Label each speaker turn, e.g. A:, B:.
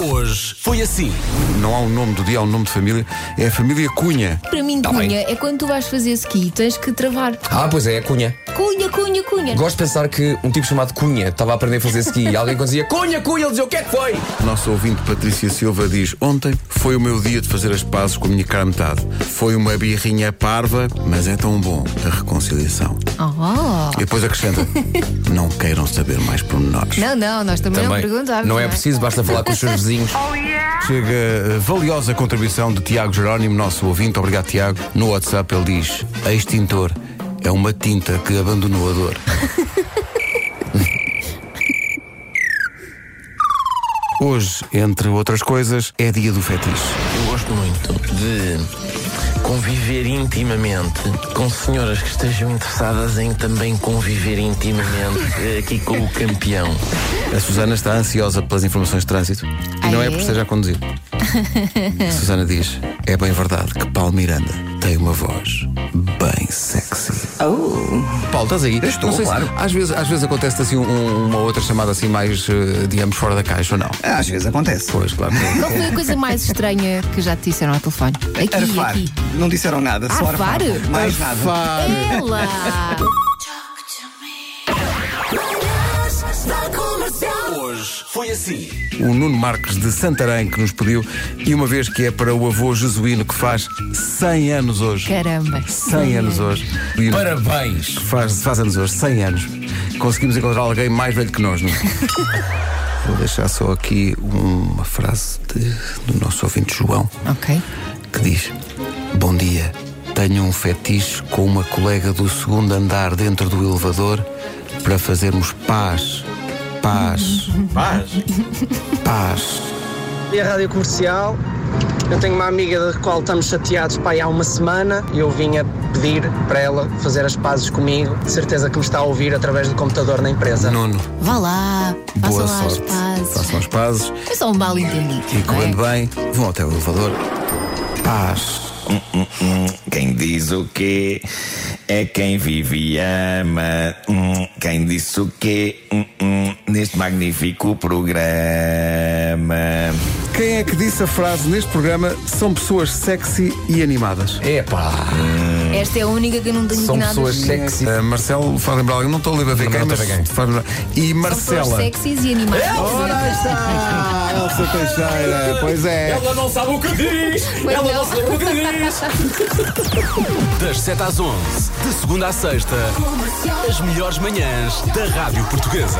A: Hoje foi assim. Não há um nome do dia, há um nome de família. É a família Cunha.
B: Para mim,
C: Tá
B: cunha
C: bem.
B: é quando tu vais fazer ski, tens que travar.
C: Ah, pois é, a Cunha.
B: Cunha, cunha, cunha.
C: Gosto de pensar que um tipo chamado Cunha estava a aprender a fazer ski e alguém quando dizia Cunha, Cunha, ele dizia o que é que foi?
A: Nossa ouvinte Patrícia Silva diz: Ontem foi o meu dia de fazer as pazes com a minha cara metade. Foi uma birrinha parva, mas é tão bom a reconciliação.
B: Oh.
A: E depois acrescenta: Não queiram saber mais pormenores.
B: Não, não, nós também, não perguntávamos.
C: não é preciso, basta falar com os seus vizinhos.
A: Chega a valiosa contribuição de Tiago Jerónimo, nosso ouvinte. Obrigado, Tiago. No WhatsApp ele diz: A extintor é uma tinta que abandonou a dor. Hoje, entre outras coisas, é dia do fetiche.
D: Eu gosto muito de conviver intimamente com senhoras que estejam interessadas em também conviver intimamente eh, aqui com o campeão.
A: A Susana está ansiosa pelas informações de trânsito. E
B: Ah,
A: não é
B: é?
A: por esteja a conduzir. Susana diz: É bem verdade que Paulo Miranda tem uma voz bem sexy. Paulo, estás aí?
C: Estou,
A: Não sei se-
C: claro.
A: às, vezes, às vezes acontece assim um- uma outra chamada assim mais, eh, digamos, fora da caixa ou não?
E: Às vezes acontece.
A: Pois, claro.
B: Qual foi a coisa mais estranha que já te disseram ao telefone? Aqui,
E: Arfar.
B: aqui.
E: Não disseram nada, só
B: Arfar?
E: arfar. Mais nada.
A: Fá-
B: Ela!
A: O Nuno Marques de Santarém que nos pediu, e uma vez que é para o avô jesuíno que faz 100 anos hoje.
B: Caramba.
A: 100 anos hoje. E-
C: Parabéns!
A: Faz, faz anos hoje, 100 anos. Conseguimos encontrar alguém mais velho que nós, não é? Vou deixar só aqui uma frase de- do nosso ouvinte João,
B: Ok.
A: que diz: Bom dia, tenho um fetiche com uma colega do segundo andar dentro do elevador para fazermos paz. Paz. Paz? Paz.
F: E a rádio comercial. Eu tenho uma amiga da qual estamos chateados pai, há uma semana e eu vinha pedir para ela fazer as pazes comigo. De certeza que me está a ouvir através do computador na empresa.
A: Nuno,
B: Vá lá, faça
A: boa
B: lá as
A: sorte.
B: pazes.
A: Façam as pazes.
B: É só um mal entendido.
A: E
B: não é?
A: correndo bem, vão até o elevador. Paz.
G: Hum, Quem diz o quê é quem vive e ama. Hum, Quem disse o quê Hum, hum, neste magnífico programa.
A: Quem é que disse a frase neste programa são pessoas sexy e animadas?
C: Epá,
B: Esta é a única que eu não tenho
C: são
B: nada
C: pessoas
B: de-
C: sexy.
A: Uh, Marcelo faz lembrar alguém, não estou a lembrar de
C: Também
A: quem,
C: não
A: mas
C: estou a ver quem.
A: faz lembrar. E
B: São pessoas
A: Marcela.
B: sexys e animais.
A: Ora aí está! Elsa Teixeira, pois é.
C: não sabe o que diz!
B: Pois não.
C: sabe o que diz!
H: Das 7 às 11, de segunda à sexta, as melhores manhãs da Rádio Portuguesa.